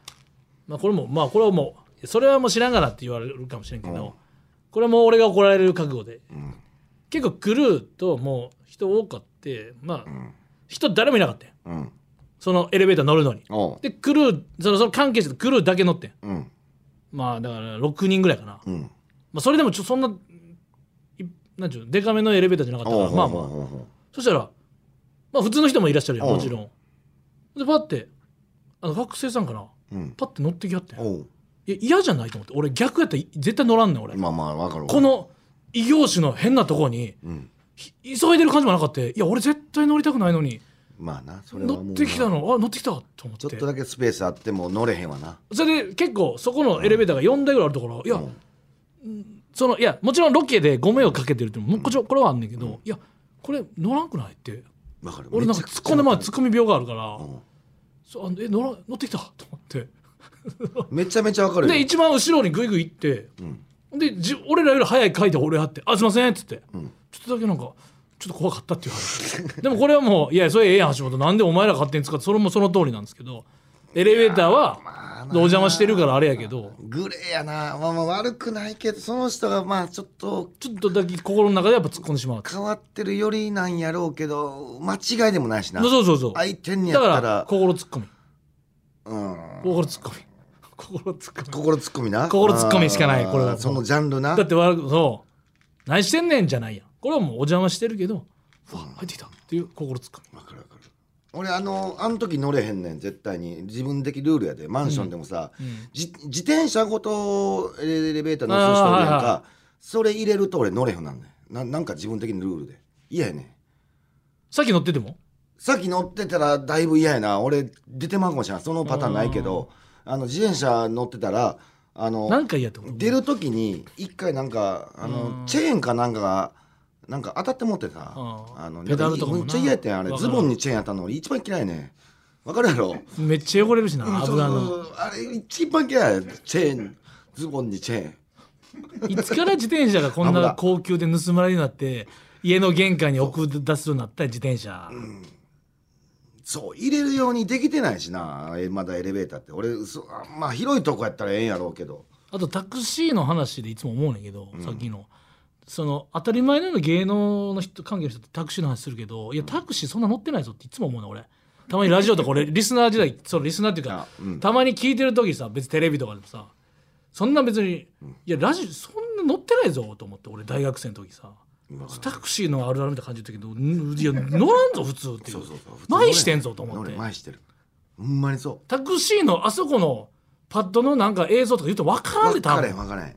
Speaker 2: まあ、これもまあこれはもうそれはもう知らんがなって言われるかもしれんけど、
Speaker 3: うん
Speaker 2: これはもう俺が怒られる覚悟で
Speaker 3: うん
Speaker 2: 結構クルーともう人多かってまあ、
Speaker 3: ん
Speaker 2: 人誰もいなかったよ
Speaker 3: うん
Speaker 2: そのエレベーター乗るのに
Speaker 3: おう
Speaker 2: でクルーそのその関係者とクルーだけ乗ってん
Speaker 3: うん
Speaker 2: まあだから6人ぐらいかな、
Speaker 3: うん
Speaker 2: まあ、それでもちょそんないなんちゅうのデカめのエレベーターじゃなかったからまあま
Speaker 3: おう
Speaker 2: あ
Speaker 3: おうおう
Speaker 2: そしたら、まあ普通の人もいらっしゃるよ、
Speaker 3: うん
Speaker 2: もちろん。で、パって、あの学生さんかな、
Speaker 3: うん
Speaker 2: パって乗ってきはってん。い
Speaker 3: おう
Speaker 2: や、嫌じゃないと思って、俺逆やったら絶対乗らんねん、俺。
Speaker 3: まあまあわかるわ
Speaker 2: この異業種の変なとこに、
Speaker 3: うん
Speaker 2: ひ急いでる感じもなかった。いや、俺絶対乗りたくないのに、
Speaker 3: まあなそれはも
Speaker 2: 乗
Speaker 3: う
Speaker 2: っ
Speaker 3: な
Speaker 2: てきたの、あ、乗ってきたと思っ
Speaker 3: ちょ
Speaker 2: て
Speaker 3: っ。とだけスペースあっても乗れへんわな
Speaker 2: それで結構、そこのエレベーターが4台ぐらいあるところ、いや、
Speaker 3: うん
Speaker 2: そのいやもちろんロケでご迷惑かけてるっていうのももちろんこれはあんねんけど、いやこれ乗らんくないって
Speaker 3: わかる
Speaker 2: 俺なんか
Speaker 3: めち
Speaker 2: 突
Speaker 3: ゃ
Speaker 2: っ
Speaker 3: くちゃ
Speaker 2: 込んでま
Speaker 3: わ
Speaker 2: あ
Speaker 3: かる
Speaker 2: 突っ込み病があるから、
Speaker 3: うん
Speaker 2: そうあのえ乗ら乗ってきたと思って
Speaker 3: めちゃめちゃわかるよ
Speaker 2: で一番後ろにグイグイ行って
Speaker 3: うん
Speaker 2: でじ俺らより早い回で俺やって「あすいません」っつって、
Speaker 3: うん
Speaker 2: ちょっとだけなんかちょっと怖かったって いう話でもこれはもう「いやそれええやん橋本なんでお前ら勝手に使ってそれもその通りなんですけどエレベーターは
Speaker 3: まあ
Speaker 2: お邪魔してるからあれやけど
Speaker 3: グレーやな、まあ、まあ悪くないけどその人がまあちょっと
Speaker 2: ちょっとだけ心の中でやっぱ突っ込んでしまう
Speaker 3: 変わってるよりなんやろうけど間違いでもないしな
Speaker 2: そうそうそう
Speaker 3: 相手にや
Speaker 2: だ
Speaker 3: ったら
Speaker 2: から心突っ込み
Speaker 3: うん、
Speaker 2: 心突っ込み 心突っ込み
Speaker 3: 心ツッコミな
Speaker 2: 心ツッコミしかない
Speaker 3: あー
Speaker 2: これは
Speaker 3: そのジャンルな
Speaker 2: だって悪くそう何してんねんじゃないやんこれはもうお邪魔してるけどうわ入ってきたっていう心突っ込み
Speaker 3: わかるわかる俺あのあの時乗れへんねん絶対に自分的ルールやでマンションでもさ、
Speaker 2: うん
Speaker 3: じ自転車ごとエレベーター乗す人おるやん
Speaker 2: あーはい
Speaker 3: かそれ入れると俺乗れへんなんねんななんか自分的にルールで嫌やねん
Speaker 2: さっき乗ってても
Speaker 3: さっき乗ってたらだいぶ嫌やな俺出てまうかもしれないそのパターンないけどあの自転車乗ってたらあの
Speaker 2: なんか嫌ってこと
Speaker 3: 出る時に一回なんかあのチェーンかなんかがなんか当たって持ってさ
Speaker 2: あー
Speaker 3: あの
Speaker 2: ペダルとかも
Speaker 3: め
Speaker 2: な
Speaker 3: っちゃ嫌やったんあれ
Speaker 2: わか
Speaker 3: ズ
Speaker 2: る
Speaker 3: ボンにチェーンやったの俺一番嫌いねわかるやろ
Speaker 2: めっちゃ汚れるしな
Speaker 3: そう
Speaker 2: 油
Speaker 3: そう
Speaker 2: の
Speaker 3: そうあれ一番嫌いチェーンズボンにチェーン
Speaker 2: いつから自転車がこんな高級で盗まれるようになって家の玄関に送り出すようになったよ自転車、
Speaker 3: そう入れるようにできてないしなえまだエレベーターって俺そあまあ広いとこやったらええんやろうけど
Speaker 2: あとタクシーの話でいつも思うねんけど、さっきのその当たり前のように芸能の人関係の人ってタクシーの話するけどいやタクシーそんな乗ってないぞっていつも思うねん俺たまにラジオとか俺リスナー時代そのリスナーっていうか
Speaker 3: あ、うん
Speaker 2: たまに聞いてる時さ別にテレビとかでもさそんな別に、いやラジオそんな乗ってないぞと思って俺大学生の時さ、タクシーのあるあるみたいな感じだったけどんいや乗らんぞ普通っていう
Speaker 3: そうそうそう普通
Speaker 2: 前してんぞと思っ
Speaker 3: 俺
Speaker 2: て
Speaker 3: 前してるほんまにそう
Speaker 2: タクシーのあそこのパッドのなんか映像とか言うと分からんで
Speaker 3: 分
Speaker 2: 多
Speaker 3: からへ
Speaker 2: 分
Speaker 3: ん分からへん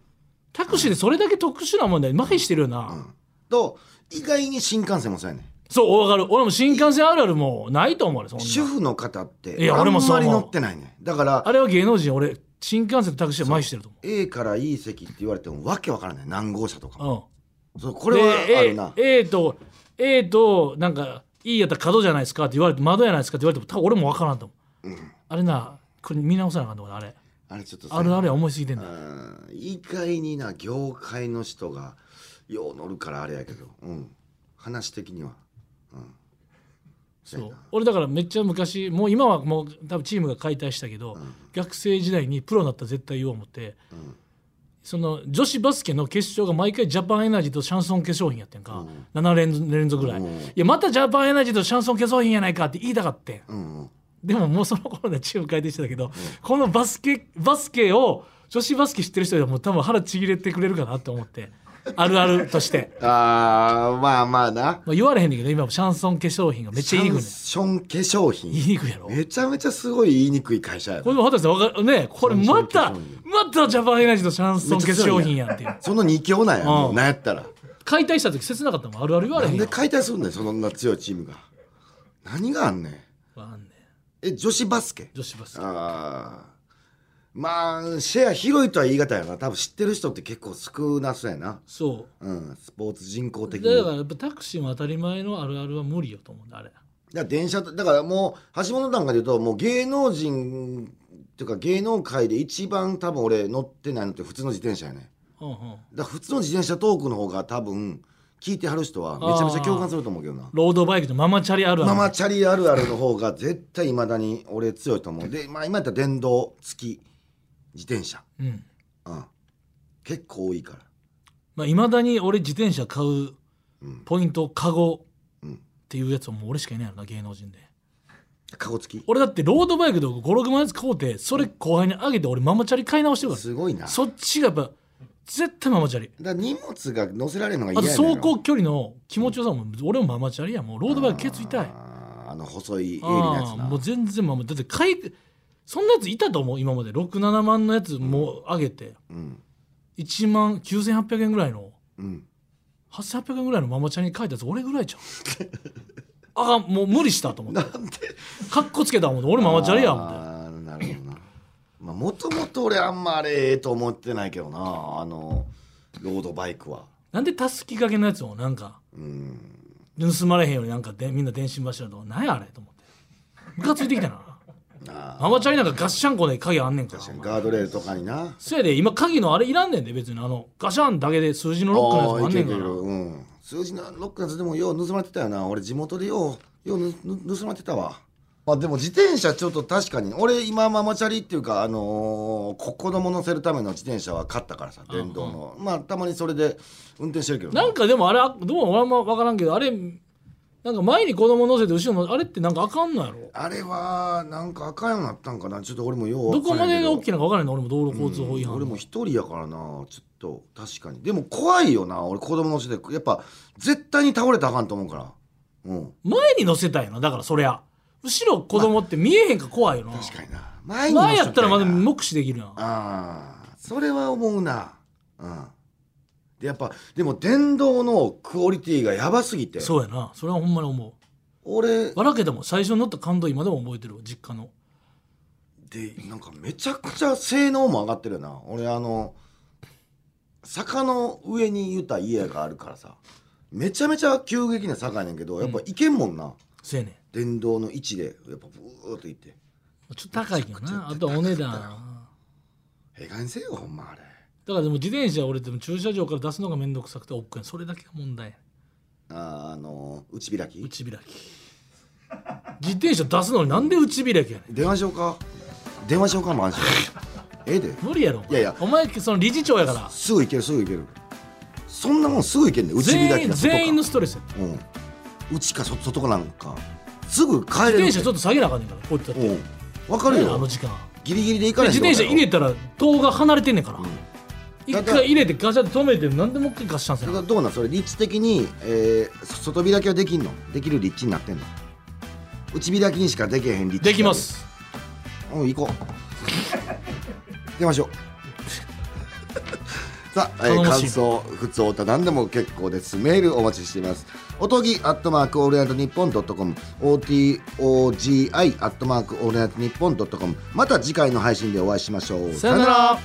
Speaker 2: タクシーでそれだけ特殊なもんだよ麻痺してるよな、
Speaker 3: と意外に新幹線もそうやねん
Speaker 2: そう分かる俺も新幹線あるあるもうないと思うよそんな
Speaker 3: 主婦の方っ
Speaker 2: い
Speaker 3: て
Speaker 2: や
Speaker 3: あ
Speaker 2: 俺
Speaker 3: ん
Speaker 2: もそう
Speaker 3: まり
Speaker 2: 思う
Speaker 3: 乗ってないねんだから
Speaker 2: あれは芸能人俺新幹線とタクシーは麻痺してると
Speaker 3: A から E 席って言われてもわけわからない何号車とかも
Speaker 2: 思う、
Speaker 3: そうこ
Speaker 2: うん、
Speaker 3: れはあるな
Speaker 2: で A, A と A となんか「いいやったら角じゃないですか」って言われて「窓やないですか」って言われても多分俺も分からんと思う、あれなこれ見直さなあかんと思うなあれ
Speaker 3: あれちょっとさ
Speaker 2: あるあるや思いすぎてんだよ
Speaker 3: うん意外にな業界の人がよう乗るからあれやけど、うん、話的には
Speaker 2: そ
Speaker 3: そう
Speaker 2: う
Speaker 3: やな
Speaker 2: 俺だからめっちゃ昔もう今はもう多分チームが解体したけど、学生時代にプロになったら絶対言おう思って、その女子バスケの決勝が毎回ジャパンエナジーとシャンソン化粧品やってんか、7連続連続ぐらい、
Speaker 3: うん
Speaker 2: いやまたジャパンエナジーとシャンソン化粧品やないかって言いたかってん
Speaker 3: うんうん
Speaker 2: でももうその頃でチーム解体してたけど、このバスケバスケを女子バスケ知ってる人でもう多分腹ちぎれてくれるかなって思ってあるあるとして、
Speaker 3: あーまあまあな
Speaker 2: まあ、言われへんねんけど今もシャンソン化粧品がめっちゃ言いにくいねん
Speaker 3: シャンソン化粧
Speaker 2: 言
Speaker 3: 品
Speaker 2: いにくいやろ
Speaker 3: めちゃめちゃすごい言いにくい会社や
Speaker 2: これ
Speaker 3: な
Speaker 2: も畑さんわかるねこれまた
Speaker 3: シャンソン化
Speaker 2: またジャパンエナジーのシャンソン化粧品やんっていう
Speaker 3: その二強なんやもう
Speaker 2: うん
Speaker 3: なんやったら
Speaker 2: 解体した時切なかったもんあるある言われ
Speaker 3: な
Speaker 2: へん
Speaker 3: んで
Speaker 2: やん
Speaker 3: 解体するんだよそんな強いチームが何があんねん
Speaker 2: わかんねえ
Speaker 3: え女子バスケ
Speaker 2: 女子バスケ
Speaker 3: ああまあシェア広いとは言い難いよな多分知ってる人って結構少なそうやな
Speaker 2: そ
Speaker 3: うんスポーツ人口
Speaker 2: う
Speaker 3: 的に
Speaker 2: だからやっぱタクシーも当たり前のあるあるは無理よと思うんだあれ
Speaker 3: だから電車とだからもう橋本なんかで言うともう芸能人っていうか芸能界で一番多分俺乗ってないのって普通の自転車やね
Speaker 2: うんうん
Speaker 3: だから普通の自転車トークの方が多分聞いてはる人はめちゃめちゃ共感すると思うけどな
Speaker 2: ロードバイクとママチャリあるある
Speaker 3: ママチャリあるあるの方が絶対いまだに俺強いと思うで、まあ、今やったら電動付き自転車、
Speaker 2: うん
Speaker 3: うん、結構多いから
Speaker 2: まあいまだに俺自転車買うポイントカゴっていうやつはもう俺しかいないよな芸能人で
Speaker 3: カゴ付き
Speaker 2: 俺だってロードバイクとか56万円買うてそれ後輩にあげて俺ママチャリ買い直してるから
Speaker 3: すごいなだか
Speaker 2: そっちがやっぱ絶対ママチャリ
Speaker 3: ら荷物が乗せられるのが
Speaker 2: あと
Speaker 3: 嫌やねん
Speaker 2: 走行距離の気持ちよさも、俺もママチャリやもうロードバイクケツ痛いあ
Speaker 3: あーあの細い鋭利なや
Speaker 2: あ
Speaker 3: つ
Speaker 2: ー
Speaker 3: な
Speaker 2: もう全然ママだって買いそんなやついたと思う今まで67万のやつもう上げて、
Speaker 3: うん
Speaker 2: 1万9800円ぐらいの
Speaker 3: うん
Speaker 2: 8800円ぐらいのママチャリに書いたやつ俺ぐらいじゃん あかんもう無理したと思って
Speaker 3: なんで
Speaker 2: かっこつけたも ん俺ママチャリやもんって
Speaker 3: あーなるほどなまあもともと俺あんまあれええと思ってないけどなあのロードバイクは
Speaker 2: なんでたすき掛けのやつをなんか
Speaker 3: うん
Speaker 2: 盗まれへんようになんかでみんな電信柱とか何やあれと思ってムカついてきたな
Speaker 3: あ
Speaker 2: ママチャリなんかガッシャンコで鍵あんねんから
Speaker 3: ーガードレールとかにな
Speaker 2: そやで今鍵のあれいらんねんで別にあのガシャンだけで数字のロックのやつもあんねんか
Speaker 3: あーいけるいける
Speaker 2: ら
Speaker 3: うん、数字のロックのやつでもよう盗まれてたよな俺地元でようようぬぬ盗まれてたわまあでも自転車ちょっと確かに俺今ママチャリっていうかあのー、こ子供乗せるための自転車は買ったからさ電動のまあたまにそれで運転してるけどな
Speaker 2: なんかでもあれあどうも俺も分からんけどあれなんか前に子供乗せて後ろのあれってなんかあかんのやろ
Speaker 3: あれはなんか赤いようになったんかなちょっと俺もよう
Speaker 2: どこまでが OK
Speaker 3: き
Speaker 2: なのか分からんの俺も道路交通法違反
Speaker 3: 俺も一人やからなちょっと確かにでも怖いよな俺子供乗せてやっぱ絶対に倒れたらあかんと思うからうん
Speaker 2: 前に乗せたいなだからそりゃ後ろ子供って見えへんか怖いよな
Speaker 3: 確かにな前に乗せ
Speaker 2: 前やったらまだ
Speaker 3: たいな
Speaker 2: 目視できるな
Speaker 3: ああそれは思うなうんでやっぱでも電動のクオリティがやばすぎて
Speaker 2: そうやなそれはほんまに思
Speaker 3: 俺
Speaker 2: うわらけでも最初に乗った感動今でも覚えてるわ実家の
Speaker 3: でなんかめちゃくちゃ性能も上がってるよな俺あの坂の上に言うた家があるからさめちゃめちゃ急激な坂やねんけどやっぱ行けんもんな、
Speaker 2: せやねん
Speaker 3: 電動の位置でやっぱブーっと行って
Speaker 2: ちょっと高いけどなあとはお値段
Speaker 3: ええかげんせえよほんまあれ
Speaker 2: だからでも自転車俺でも駐車場から出すのが面倒くさくて億劫やんそれだけが問題やねん
Speaker 3: あーあのー内開き
Speaker 2: 内開き自転車出すのになんで内開きやねん
Speaker 3: 電話しようか電話しようかマジで ええで
Speaker 2: 無理やろお前
Speaker 3: いやいや
Speaker 2: お前その理事長やから
Speaker 3: すぐ行けるすぐ行けるそんなもんすぐ行けんねん内開き
Speaker 2: 全員
Speaker 3: か外か
Speaker 2: 全員のストレスや
Speaker 3: うん内か外かなんかすぐ帰れ
Speaker 2: 自
Speaker 3: る
Speaker 2: 転車ちょっと下げなあかんねんからこういったって
Speaker 3: うんわかる
Speaker 2: あの
Speaker 3: よ
Speaker 2: 時間
Speaker 3: ギリギリで行か
Speaker 2: で
Speaker 3: ない
Speaker 2: 自転車入れたら塔が離れてんねんから、一
Speaker 3: だから
Speaker 2: 回入れてガシャって止めてなんでもう一回ガシャンせ
Speaker 3: それ
Speaker 2: な
Speaker 3: がどうなんそれ立地的に、えーそ外開きはできんのできる立地になってんの内開きにしかできへん立地
Speaker 2: できます
Speaker 3: うん行こう出ましょう さあ、えー
Speaker 2: 頼もしい
Speaker 3: 感想普通歌何でも結構ですメールお待ちしていますおとぎアットマークオールナイトニッポンドットコム OTOGI アットマークオールナイトニッポンドットコムまた次回の配信でお会いしましょう
Speaker 2: さよなら